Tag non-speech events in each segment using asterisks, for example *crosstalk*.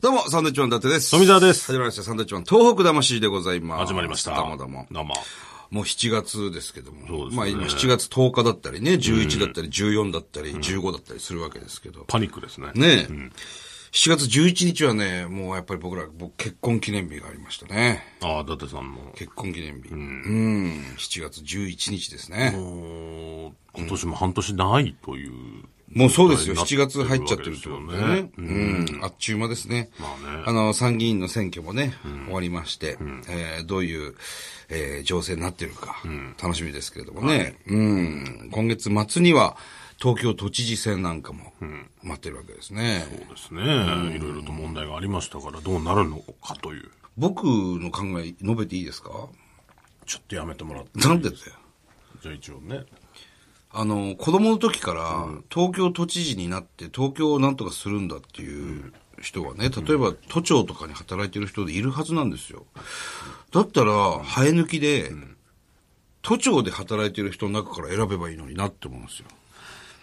どうも、サンドイッチマン伊達です。富澤です始まりました、サンドイッチマン東北魂でございます。始まりました。どうもどうも。どうも。もう7月ですけども。そうですねまあ今7月10日だったりね、11だったり、14だったり、15だったりするわけですけど。パニックですね。ねえ。7月11日はね、もうやっぱり僕ら、僕結婚記念日がありましたね。ああ、伊達さんの。結婚記念日。うん。7月11日ですね。もう今年も半年ないという。もうそうですよ。な7月入っちゃってるってことでわけねで。すうよん。あっちゅう間ですね。まあねあの、参議院の選挙もね、終わりまして、えーどういう、えー情勢になってるか、楽しみですけれどもね。うん。今月末には、東京都知事選なんかも、待ってるわけですね。そうですね。いろいろと問題がありましたから、どうなるのかという。僕の考え、述べていいですかちょっとやめてもらって。なんでだよ。じゃあ一応ね。あの、子供の時から、東京都知事になって、東京をなんとかするんだっていう人はね、例えば都庁とかに働いてる人でいるはずなんですよ。だったら、生え抜きで、都庁で働いてる人の中から選べばいいのになって思うんですよ。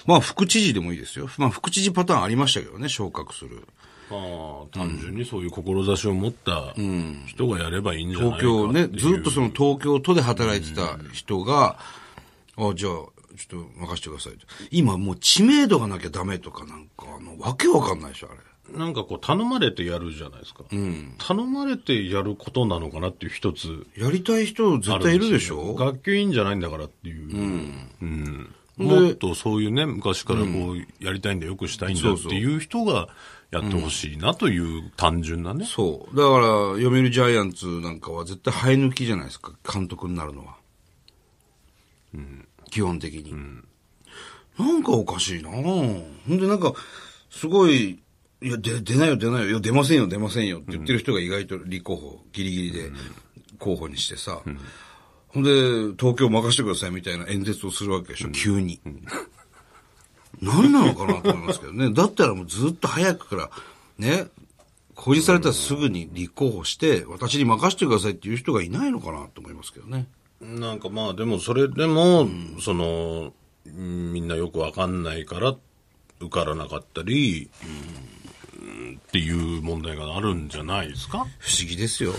まあ、副知事でもいいですよ。まあ、副知事パターンありましたけどね、昇格する。まあ、単純にそういう志を持った人がやればいいんじゃないか東っていう。京ね、ずっとその東京都で働いてた人が、あ、じゃあ、ちょっと任せてくださいと。今もう知名度がなきゃダメとかなんか、あの、わけわかんないでしょ、あれ。なんかこう頼まれてやるじゃないですか。頼まれてやることなのかなっていう一つ。やりたい人絶対いるでしょ学級委員じゃないんだからっていう。うんもっとそういうね、昔からこう、やりたいんだ、よくしたいんだっていう人がやってほしいなという単純なね。そう。だから、読売ジャイアンツなんかは絶対生え抜きじゃないですか、監督になるのは。基本的に。なんかおかしいなぁほんでなんか、すごい、いや、で出ないよ、出ないよ、いや、出ませんよ、出ませんよって言ってる人が意外と立候補、ギリギリで候補にしてさ、ほんで、東京任せてくださいみたいな演説をするわけでしょ、急に。何なのかなと思いますけどね。 *laughs* だったらもうずっと早くから、ね、公示されたらすぐに立候補して、私に任せてくださいっていう人がいないのかなと思いますけどね。なんかまあ、でもそれでも、その、うんみんなよくわかんないから、受からなかったり、うんっていう問題があるんじゃないですか不思議ですよ。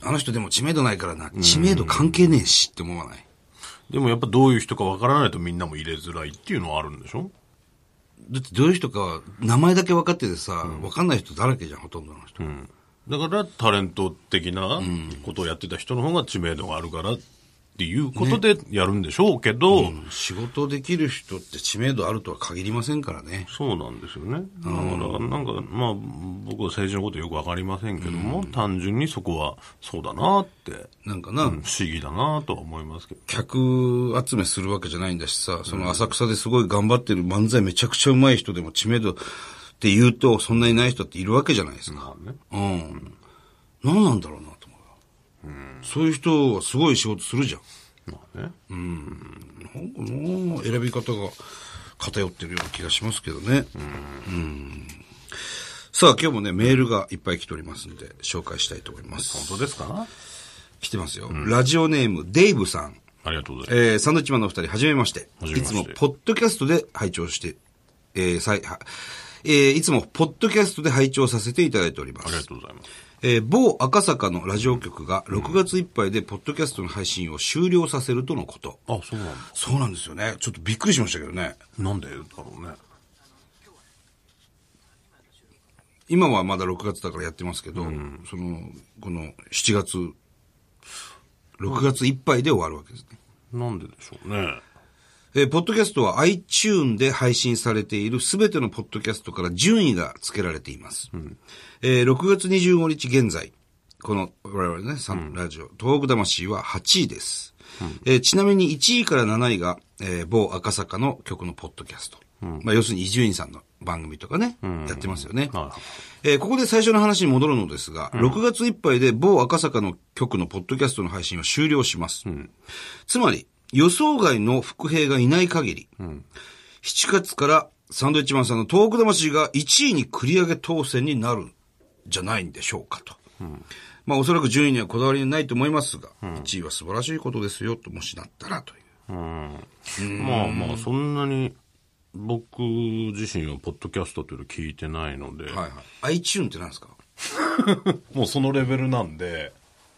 あの人でも知名度ないからな、知名度関係ねえしって思わない。でもやっぱどういう人かわからないとみんなも入れづらいっていうのはあるんでしょだってどういう人か、名前だけ分かっててさ、分かんない人だらけじゃん、ほとんどの人。だからタレント的なことをやってた人の方が知名度があるからっていうことでやるんでしょうけど、仕事できる人って知名度あるとは限りませんからね。そうなんですよね。だから、なんか、まあ、僕は政治のことよくわかりませんけども、単純にそこはそうだなって、なんかな、不思議だなとは思いますけど。客集めするわけじゃないんだしさ、その浅草ですごい頑張ってる漫才めちゃくちゃうまい人でも知名度って言うと、そんなにない人っているわけじゃないですか。まあね。うん。何なんだろうなと思う。そういう人はすごい仕事するじゃん。まあね。なんかな選び方が偏ってるような気がしますけどね。うんさあ、今日もね、メールがいっぱい来ておりますんで、紹介したいと思います。本当ですか来てますよ。ラジオネーム、デイブさん。ありがとうございます。えーサンドイッチマンのお二人、はじめまして。はじめいまつしても、ポッドキャストで拝聴して、えーさい、はえーいつも、ポッドキャストで拝聴させていただいておりまありがす。とうございます。えー某赤坂のラジオ局が、6月いっぱいで、ポッドキャストの配信を終了させるとのこと。あ、そうなんだ。そうなんですよね。ちょっとびっくりしましたけどね。なんでだろうね。今はまだ6月だからやってますけど、その、この7月、6月いっぱいで終わるわけですね。なんででしょうね。えーポッドキャストは iTune で配信されているすべてのポッドキャストから順位が付けられています。えー6月25日現在、この我々ね、サンラジオ、東北魂は8位です。えーちなみに1位から7位が、えー某赤坂の曲のポッドキャスト。まあ、要するに伊集院さんの番組とかね、やってますよね。はいえーここで最初の話に戻るのですが、6月いっぱいで某赤坂の局のポッドキャストの配信は終了します。つまり、予想外の副兵がいない限り、7月からサンドイッチマンさんの東北魂が1位に繰り上げ当選になるんじゃないんでしょうかと。まあおそらく順位にはこだわりないと思いますが、1位は素晴らしいことですよと、もしなったらという。うんまあまあ、そんなに、僕自身はポッドキャストというの聞いてないので、はいはい。iTune って何ですかもうそのレベルなんで、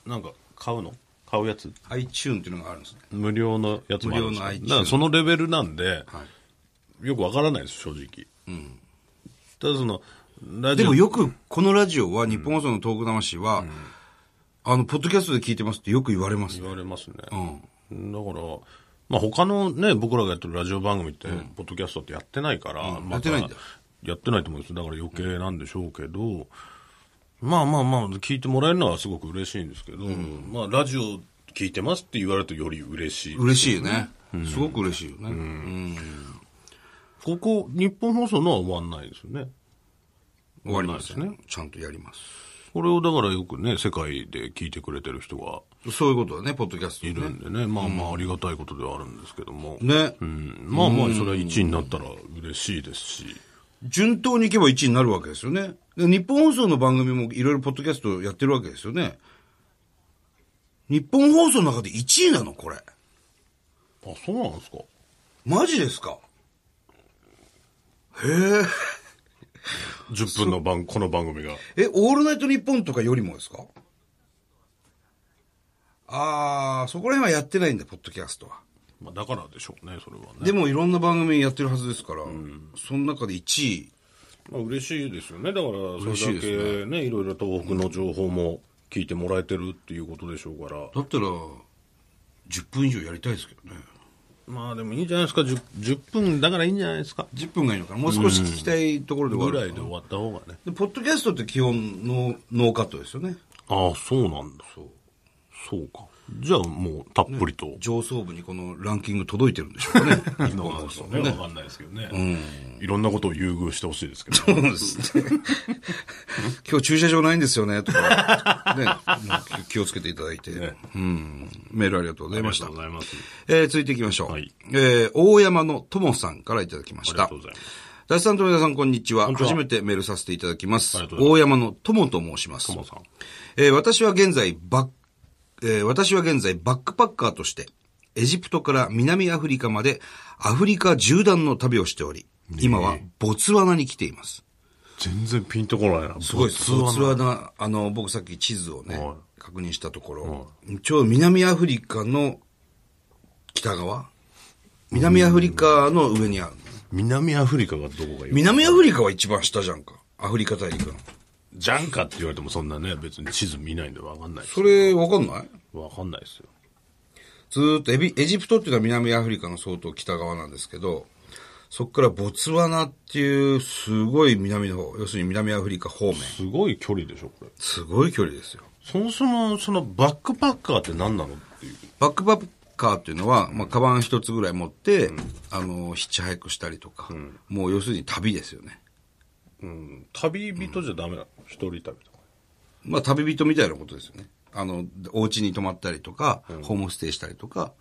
なんか買うの買うやつ iTune っていうのがあるんですね。無料のやつもあるんです無料よの iTunes だからそのレベルなんで、はよくわからないです、正直。ただその、ラい、ジでオもよく、このラジオは、日本放送のトーク魂は、あの、ポッドキャストで聞いてますってよく言われます。言われますね。うん。だから、まあ、他のね、僕らがやってるラジオ番組って、ポッドキャストってやってないから、うんまたやってないんだやってないと思うんですよだから余計なんでしょうけど、まあまあまあ、聞いてもらえるのはすごく嬉しいんですけど、まあ、ラジオ聞いてますって言われるとより嬉しい。嬉しいよね。すごく嬉しいよね。うんここ、日本放送のは終わんないですよね。終わります終わんないね。ちゃんとやります。これをだからよくね、世界で聞いてくれてる人がそういうことだね、ポッドキャストいるね。んでね、まあまあありがたいことではあるんですけども。ね。うん、まあまあ、それは1位になったら嬉しいですし。順当にいけば1位になるわけですよね。で日本放送の番組もいろいろポッドキャストやってるわけですよね。日本放送の中で1位なのこれ。あ、そうなんですかマジですか ?10 分の番、この番組が。え、オールナイトニッポンとかよりもですかあー、そこら辺はやってないんだ、ポッドキャストは。まあ、だからでしょうね、それはね。でもいろんな番組やってるはずですから、その中で1位。まあ、嬉しいですよね。だから、そ嬉しいれだでけね、いろいろ東北の情報も聞いてもらえてるっていうことでしょうから。だったら、10分以上やりたいですけどね。まあ、でもいいんじゃないですか。10, 10分だからいいんじゃないですか。 10分がいいのかなもう少し聞きたいところで終わぐるかならいで終わった方がね。で、ポッドキャストって基本のノーカットですよね。ああ、そうなんだ。そう。そうか。じゃあ、もう、たっぷりと。上層部にこのランキング届いてるんでしょうかね。いいのかですよね。わかんないですけどね。いろんなことを優遇してほしいですけど。そうですね。今日駐車場ないんですよね、とか。ね、 *laughs* もう気をつけていただいて、うん。メールありがとうございました。 *laughs* ありがとうございます。えー続いていきましょう。はいえー大山のともさんからいただきまあしりがたとう。ございます。大地さんと皆さん、こんにちは。んにちは初めてメールさせていただきます。ありがとうございま大山のともと申しますと。もさん。えー私は現在バッ、えー私は現在バックパッカーとして、エジプトから南アフリカまでアフリカ縦断の旅をしており、今はボツワナに来ています。全然ピンとこないな。すごいでボす。ツワナボツワナ、あの、僕さっき地図をね、はい確認したところ、ちょうど南アフリカの北側南アフリカの上にある。南アフリカがどこがいい南アフリカは一番下じゃんか。アフリカ大陸の。ジャンカって言われてもそんなね、別に地図見ないんでわかんないですそれ、わかんないわかんないですよ。ずーっとエビエジプトっていうのは南アフリカの相当北側なんですけど、そこからボツワナっていうすごい南の方、要するに南アフリカ方面。すごい距離でしょ、これ。すごい距離ですよ。そもそも、そのバックパッカーって何なのっていう。バックパッカーっていうのは、まあ、カバン一つぐらい持って、あの、ヒッチハイクしたりとか、もう要するに旅ですよね。うん。旅人じゃダメなの、一人旅とか。まあ、旅人みたいなことですよね。あの、お家に泊まったりとか、ホームステイしたりとか、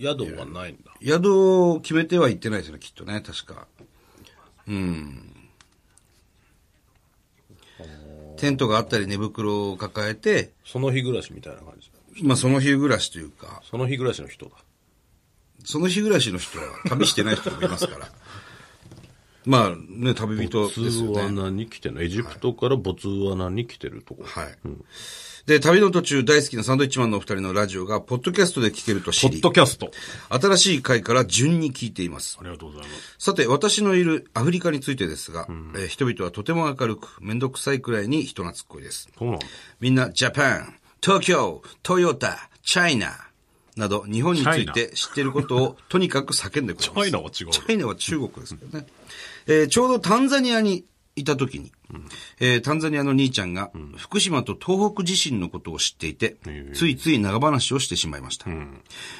宿はないんだ。宿を決めては行ってないですよね、きっとね、確か。うん。テントがあったり寝袋を抱えて、その日暮らしみたいな感じ。まあその日暮らしというか、その日暮らしの人だ。その日暮らしの人は旅してない人もいますから。 *laughs* まあね、旅人ボですツよワね。ナに来てるの。エジプトからボツワナに来てるとこ。はい。で、旅の途中大好きなサンドイッチマンのお二人のラジオが、ポッドキャストで聞けると知ポッりド、キャスト。新しい回から順に聞いていますあ。りがとうございます。さて、私のいるアフリカについてですが、えー人々はとても明るく、めんどくさいくらいに人懐っこいです。そうなんだ。みんな、ジャパン、東京、トヨタ、チャイナ、など、日本について知っていることをとにかく叫んでくれます。チャイナは違うチャイナは中国ですけどね。えーちょうどタンザニアにいた時に、えータンザニアの兄ちゃんが、福島と東北地震のことを知っていて、ついつい長話をしてしまいました。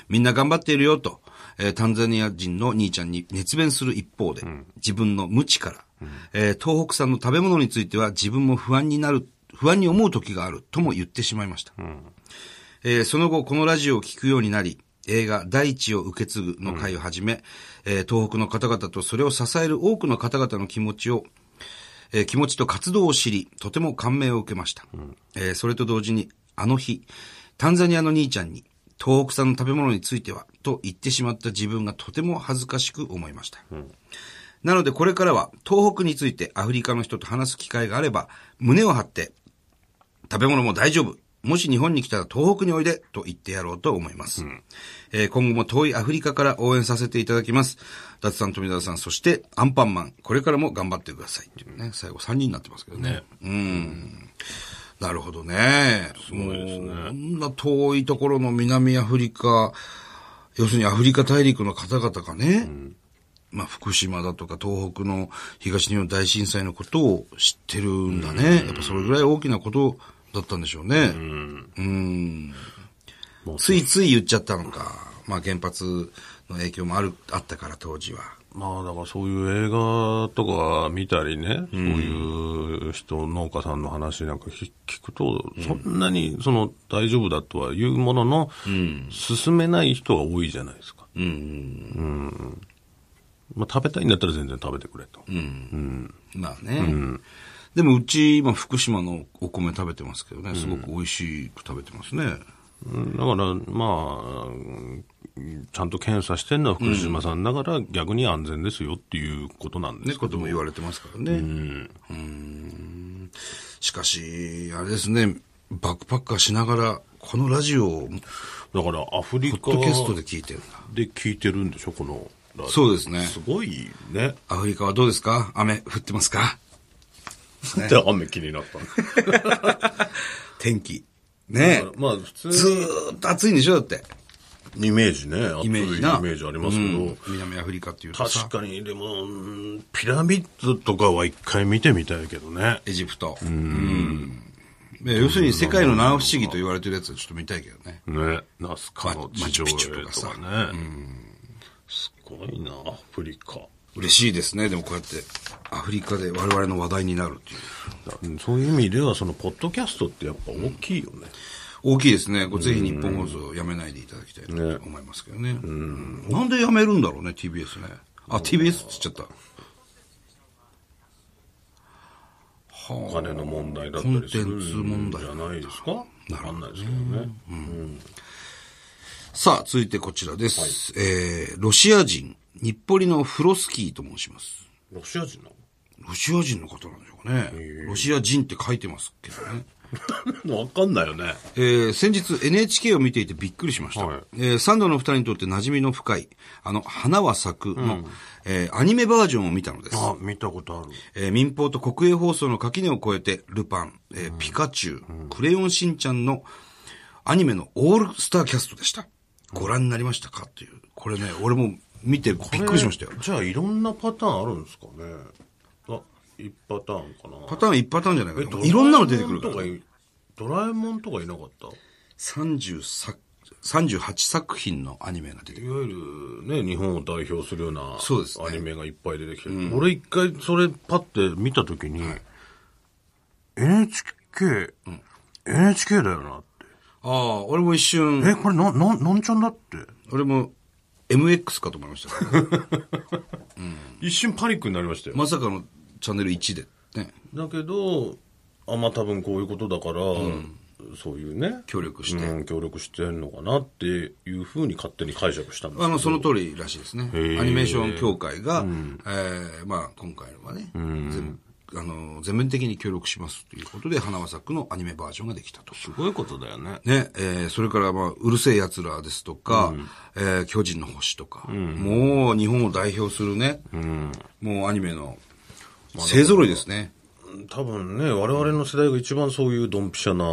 みんな頑張っているよと、えータンザニア人の兄ちゃんに熱弁する一方で、自分の無知から、えー東北産の食べ物については自分も不安になる、不安に思う時があるとも言ってしまいました。えーその後、このラジオを聴くようになり、映画、大地を受け継ぐの会をはじめ、えー東北の方々とそれを支える多くの方々の気持ちを、えー気持ちと活動を知り、とても感銘を受けました。えーそれと同時に、あの日、タンザニアの兄ちゃんに、東北産の食べ物については、と言ってしまった自分がとても恥ずかしく思いました。なのでこれからは東北についてアフリカの人と話す機会があれば、胸を張って食べ物も大丈夫。もし日本に来たら東北においでと言ってやろうと思います。えー今後も遠いアフリカから応援させていただきます。達さん、富澤さん、そしてアンパンマン、これからも頑張ってくださいっていうね、最後3人になってますけどね。ねうん。なるほどね。ごいですねもうこんな遠いところの南アフリカ、要するにアフリカ大陸の方々がね、まあ福島だとか東北の東日本大震災のことを知ってるんだね。やっぱそれぐらい大きなことだったんでしょうね。うん。もうついつい言っちゃったのか。まあ原発の影響もある、あったから当時は。まあだからそういう映画とか見たりね、そういう人、農家さんの話なんか聞聞くと、そんなにその大丈夫だとは言うものの、進めない人は多いじゃないですか。うん。まあ食べたいんだったら全然食べてくれと。まあね。でもうち今福島のお米食べてますけどね、すごく美味しく食べてますね。うんだからまあ、ちゃんと検査してるのは福島さんだから逆に安全ですよっていうことなんでね、すけこどとも言われてますからね。うん。しかし、あれですね、バックパッカーしながら、このラジオを、だからアフリカポッドキャストで聞いてるんだ。で聞いてるんでしょ、このラジオ。そうですねすごいね。アフリカはどうですか雨降ってますかで雨気に *laughs* なった天気。ねまあ普通ずーっと暑いんでしょだって。イメージね、暑いイイメメージな。ージありますけど、うん南アフリカっていうと確さ、かに、でも、うんピラミッドとかは一回見てみたいけどね。エジプト。うん。ね要するに世界の七不思議と言われてるやつはちょっと見たいけどね。ね、ナスカの地上絵マチュピチュととかさかね。すごいな、アフリカ。嬉しいですね。でもこうやって、アフリカで我々の話題になるっていう。だそういう意味では、その、ポッドキャストってやっぱ大きいよね。大きいですね。これぜひ日本放送やめないでいただきたいと思いますけどね。うんなんでやめるんだろうね、TBS ね。あ、TBS って言っちゃった。お金の問題だったりするんじゃないですかわかんないですけどね。さあ、続いてこちらです。えー、ロシア人、日暮里のフロスキーと申します。ロシア人なロシア人の方なんでしょうかね。ロシア人って書いてますけどね。の *laughs* わかんないよね。えー先日 NHK を見ていてびっくりしました。はいえーサンドのお二人にとって馴染みの深い、あの、花は咲くの、えーアニメバージョンを見たのです。あ、見たことある。えー民放と国営放送の垣根を越えて、ルパン、えーピカチュウ、クレヨンしんちゃんのアニメのオールスターキャストでした。ご覧になりましたかっていう。これね、俺も見てびっくりしましたよえ。ーじゃあいろんなパターンあるんですかねあ一パターンかなパターン一パターンじゃないかな。いろんなの出てくるかドらラえもん。とドラえもんとかいなかった30作、38作品のアニメが出てくいる。わゆるね日本を代表するようなそうですねアニメがいっぱい出てきて、俺一回それパッて見た時に、NHK、NHK だよなってああ、俺も一瞬、えこれなななんちゃんだって俺も MX かと思いました *laughs* からね、一瞬パニックになりましたよ、まさかのチャンネル1で、ね、だけどあまあ多分こういうことだから、そういうね協力して。うん、協力してんのかなっていうふうに勝手に解釈したんであすけどの、その通りらしいですね。へーアニメーション協会が、えーまあ、今回はね、全あの全面的に協力しますということで、花輪作のアニメバージョンができたと。すごいことだよねね、えーそれから、まあ、うるせえ奴らですとか、えー巨人の星とか、もう日本を代表するね、もうアニメの勢揃いですね。多分ね我々の世代が一番そういうドンピシャな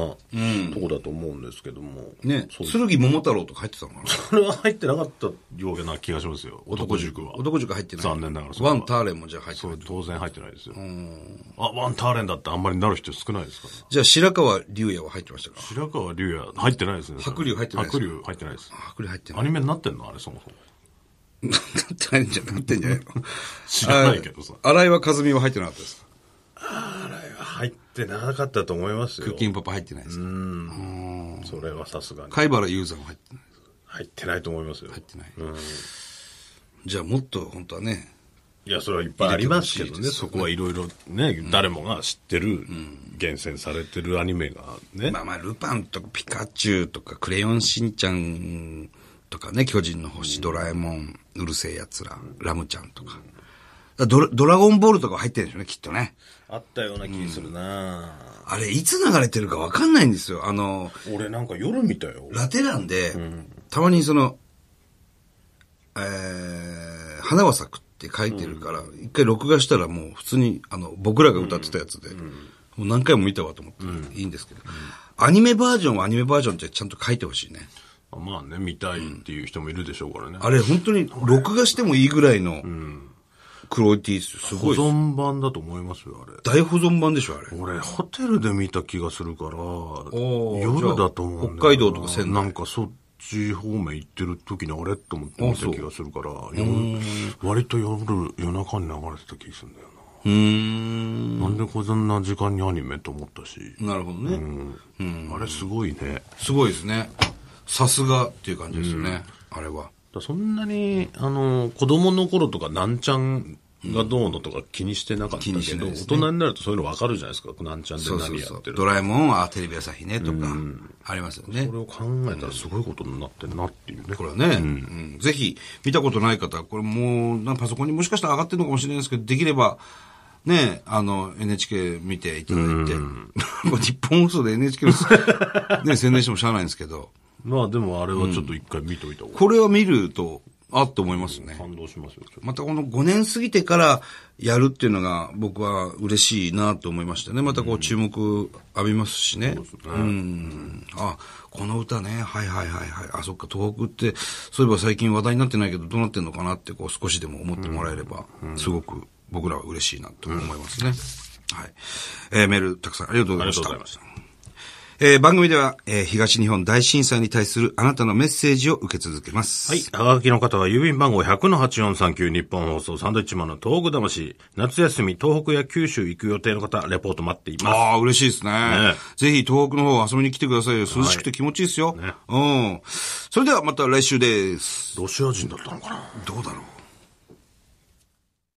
とこだと思うんですけども、ね、そう剣桃太郎とか入ってたのかなそれは入ってなかったような気がしますよ男塾は男塾入ってない。残念ながらそうワンターレンもじゃあ入ってそないれ。当然入ってないですよあワンターレンだってあんまりなる人少ないですからじゃあ、白川龍也は入ってましたか白川龍也入ってないですね白龍入ってないです白龍入ってないです白龍入ってないアニメになってんのあれそもそ *laughs* もなってないんじゃなってんじゃないの知らないけどさあ新井は和美は入ってなかったですか入ってなかったと思いますクッキンパパ入ってないですかそれはさすがに貝原雄三も入ってないです入ってないと思いますよ入ってない、じゃあもっと本当はねいや、それはいっぱいありますけど入れてほしいね、ですよそこはいろいろね、誰もが知ってる、厳選されてるアニメがね、まあまあルパンとかピカチュウとかクレヨンしんちゃんとかね巨人の星、ドラえもんうるせえやつらラムちゃんとからドラドラゴンボールとか入ってるんでしょうね、きっとね。あったような気するな、あれ、いつ流れてるかわかんないんですよ。あの、俺なんか夜見たよ。ラテランで、たまにその、えー、花は咲くって書いてるから、一回録画したらもう普通に、あの、僕らが歌ってたやつで、もう何回も見たわと思って、いいんですけど、アニメバージョンはアニメバージョンってちゃんと書いてほしいね。まあね、見たいっていう人もいるでしょうからね。あれ、本当に録画してもいいぐらいの、クオリティですよ。す保ごいです。存版だと思いますよ、あれ。大保存版でしょ、あれ。俺、ホテルで見た気がするから、ー夜だと思うんだよじゃなあ北海道とか仙台なんかそっち方面行ってる時にあれと思って見た気がするから、夜割と夜、夜中に流れてた気がするんだようーん。な。なんでこんな時間にアニメと思ったし、なるほどね。あれすごいね。すごいですね。さすがっていう感じですよね。あれは。そんなに、あの、子供の頃とか、なんちゃんがどうのとか気にしてなかったけ気にしなど、いで大すね人になるとそういうの分かるじゃないですか、なんちゃんでそうそ何うやそっうて。るドラえもんはテレビ朝日ねとか、ありますよねこ。れを考えたらすごいことになってるなっていうね。これはね、うんぜひ見たことない方は、これもう、なんかパソコンにもしかしたら上がってるのかもしれないですけど、できれば、ね、あの、NHK 見ていただいて、もう *laughs* 日本放送で NHK の、ね、宣伝してもしゃあないんですけど、まあでもあれはちょっと一回見といた方がこれは見ると、あっと思いますね。感動しますよ、ちょっとまたこの5年過ぎてからやるっていうのが僕は嬉しいなと思いましたね。またこう注目浴びますしね。うん。あ、この歌ね。はいはいはいはい。あ、そっか、東北って、そういえば最近話題になってないけどどうなってんのかなってこう少しでも思ってもらえれば、すごく僕らは嬉しいなと思いますね。はい。えーメールたくさんありがとうございました。ありがとうございました。えー番組では、えー東日本大震災に対するあなたのメッセージを受け続けます。はい。はがきの方は郵便番号100-8439日本放送サンドイッチマンの東北魂。夏休み東北や九州行く予定の方、レポート待っています。ああ、嬉しいですねねぜひ東北の方遊びに来てくださいよ。涼しくて気持ちいいですよ。うん。それではまた来週です。ロシア人だったのかなどうだろう。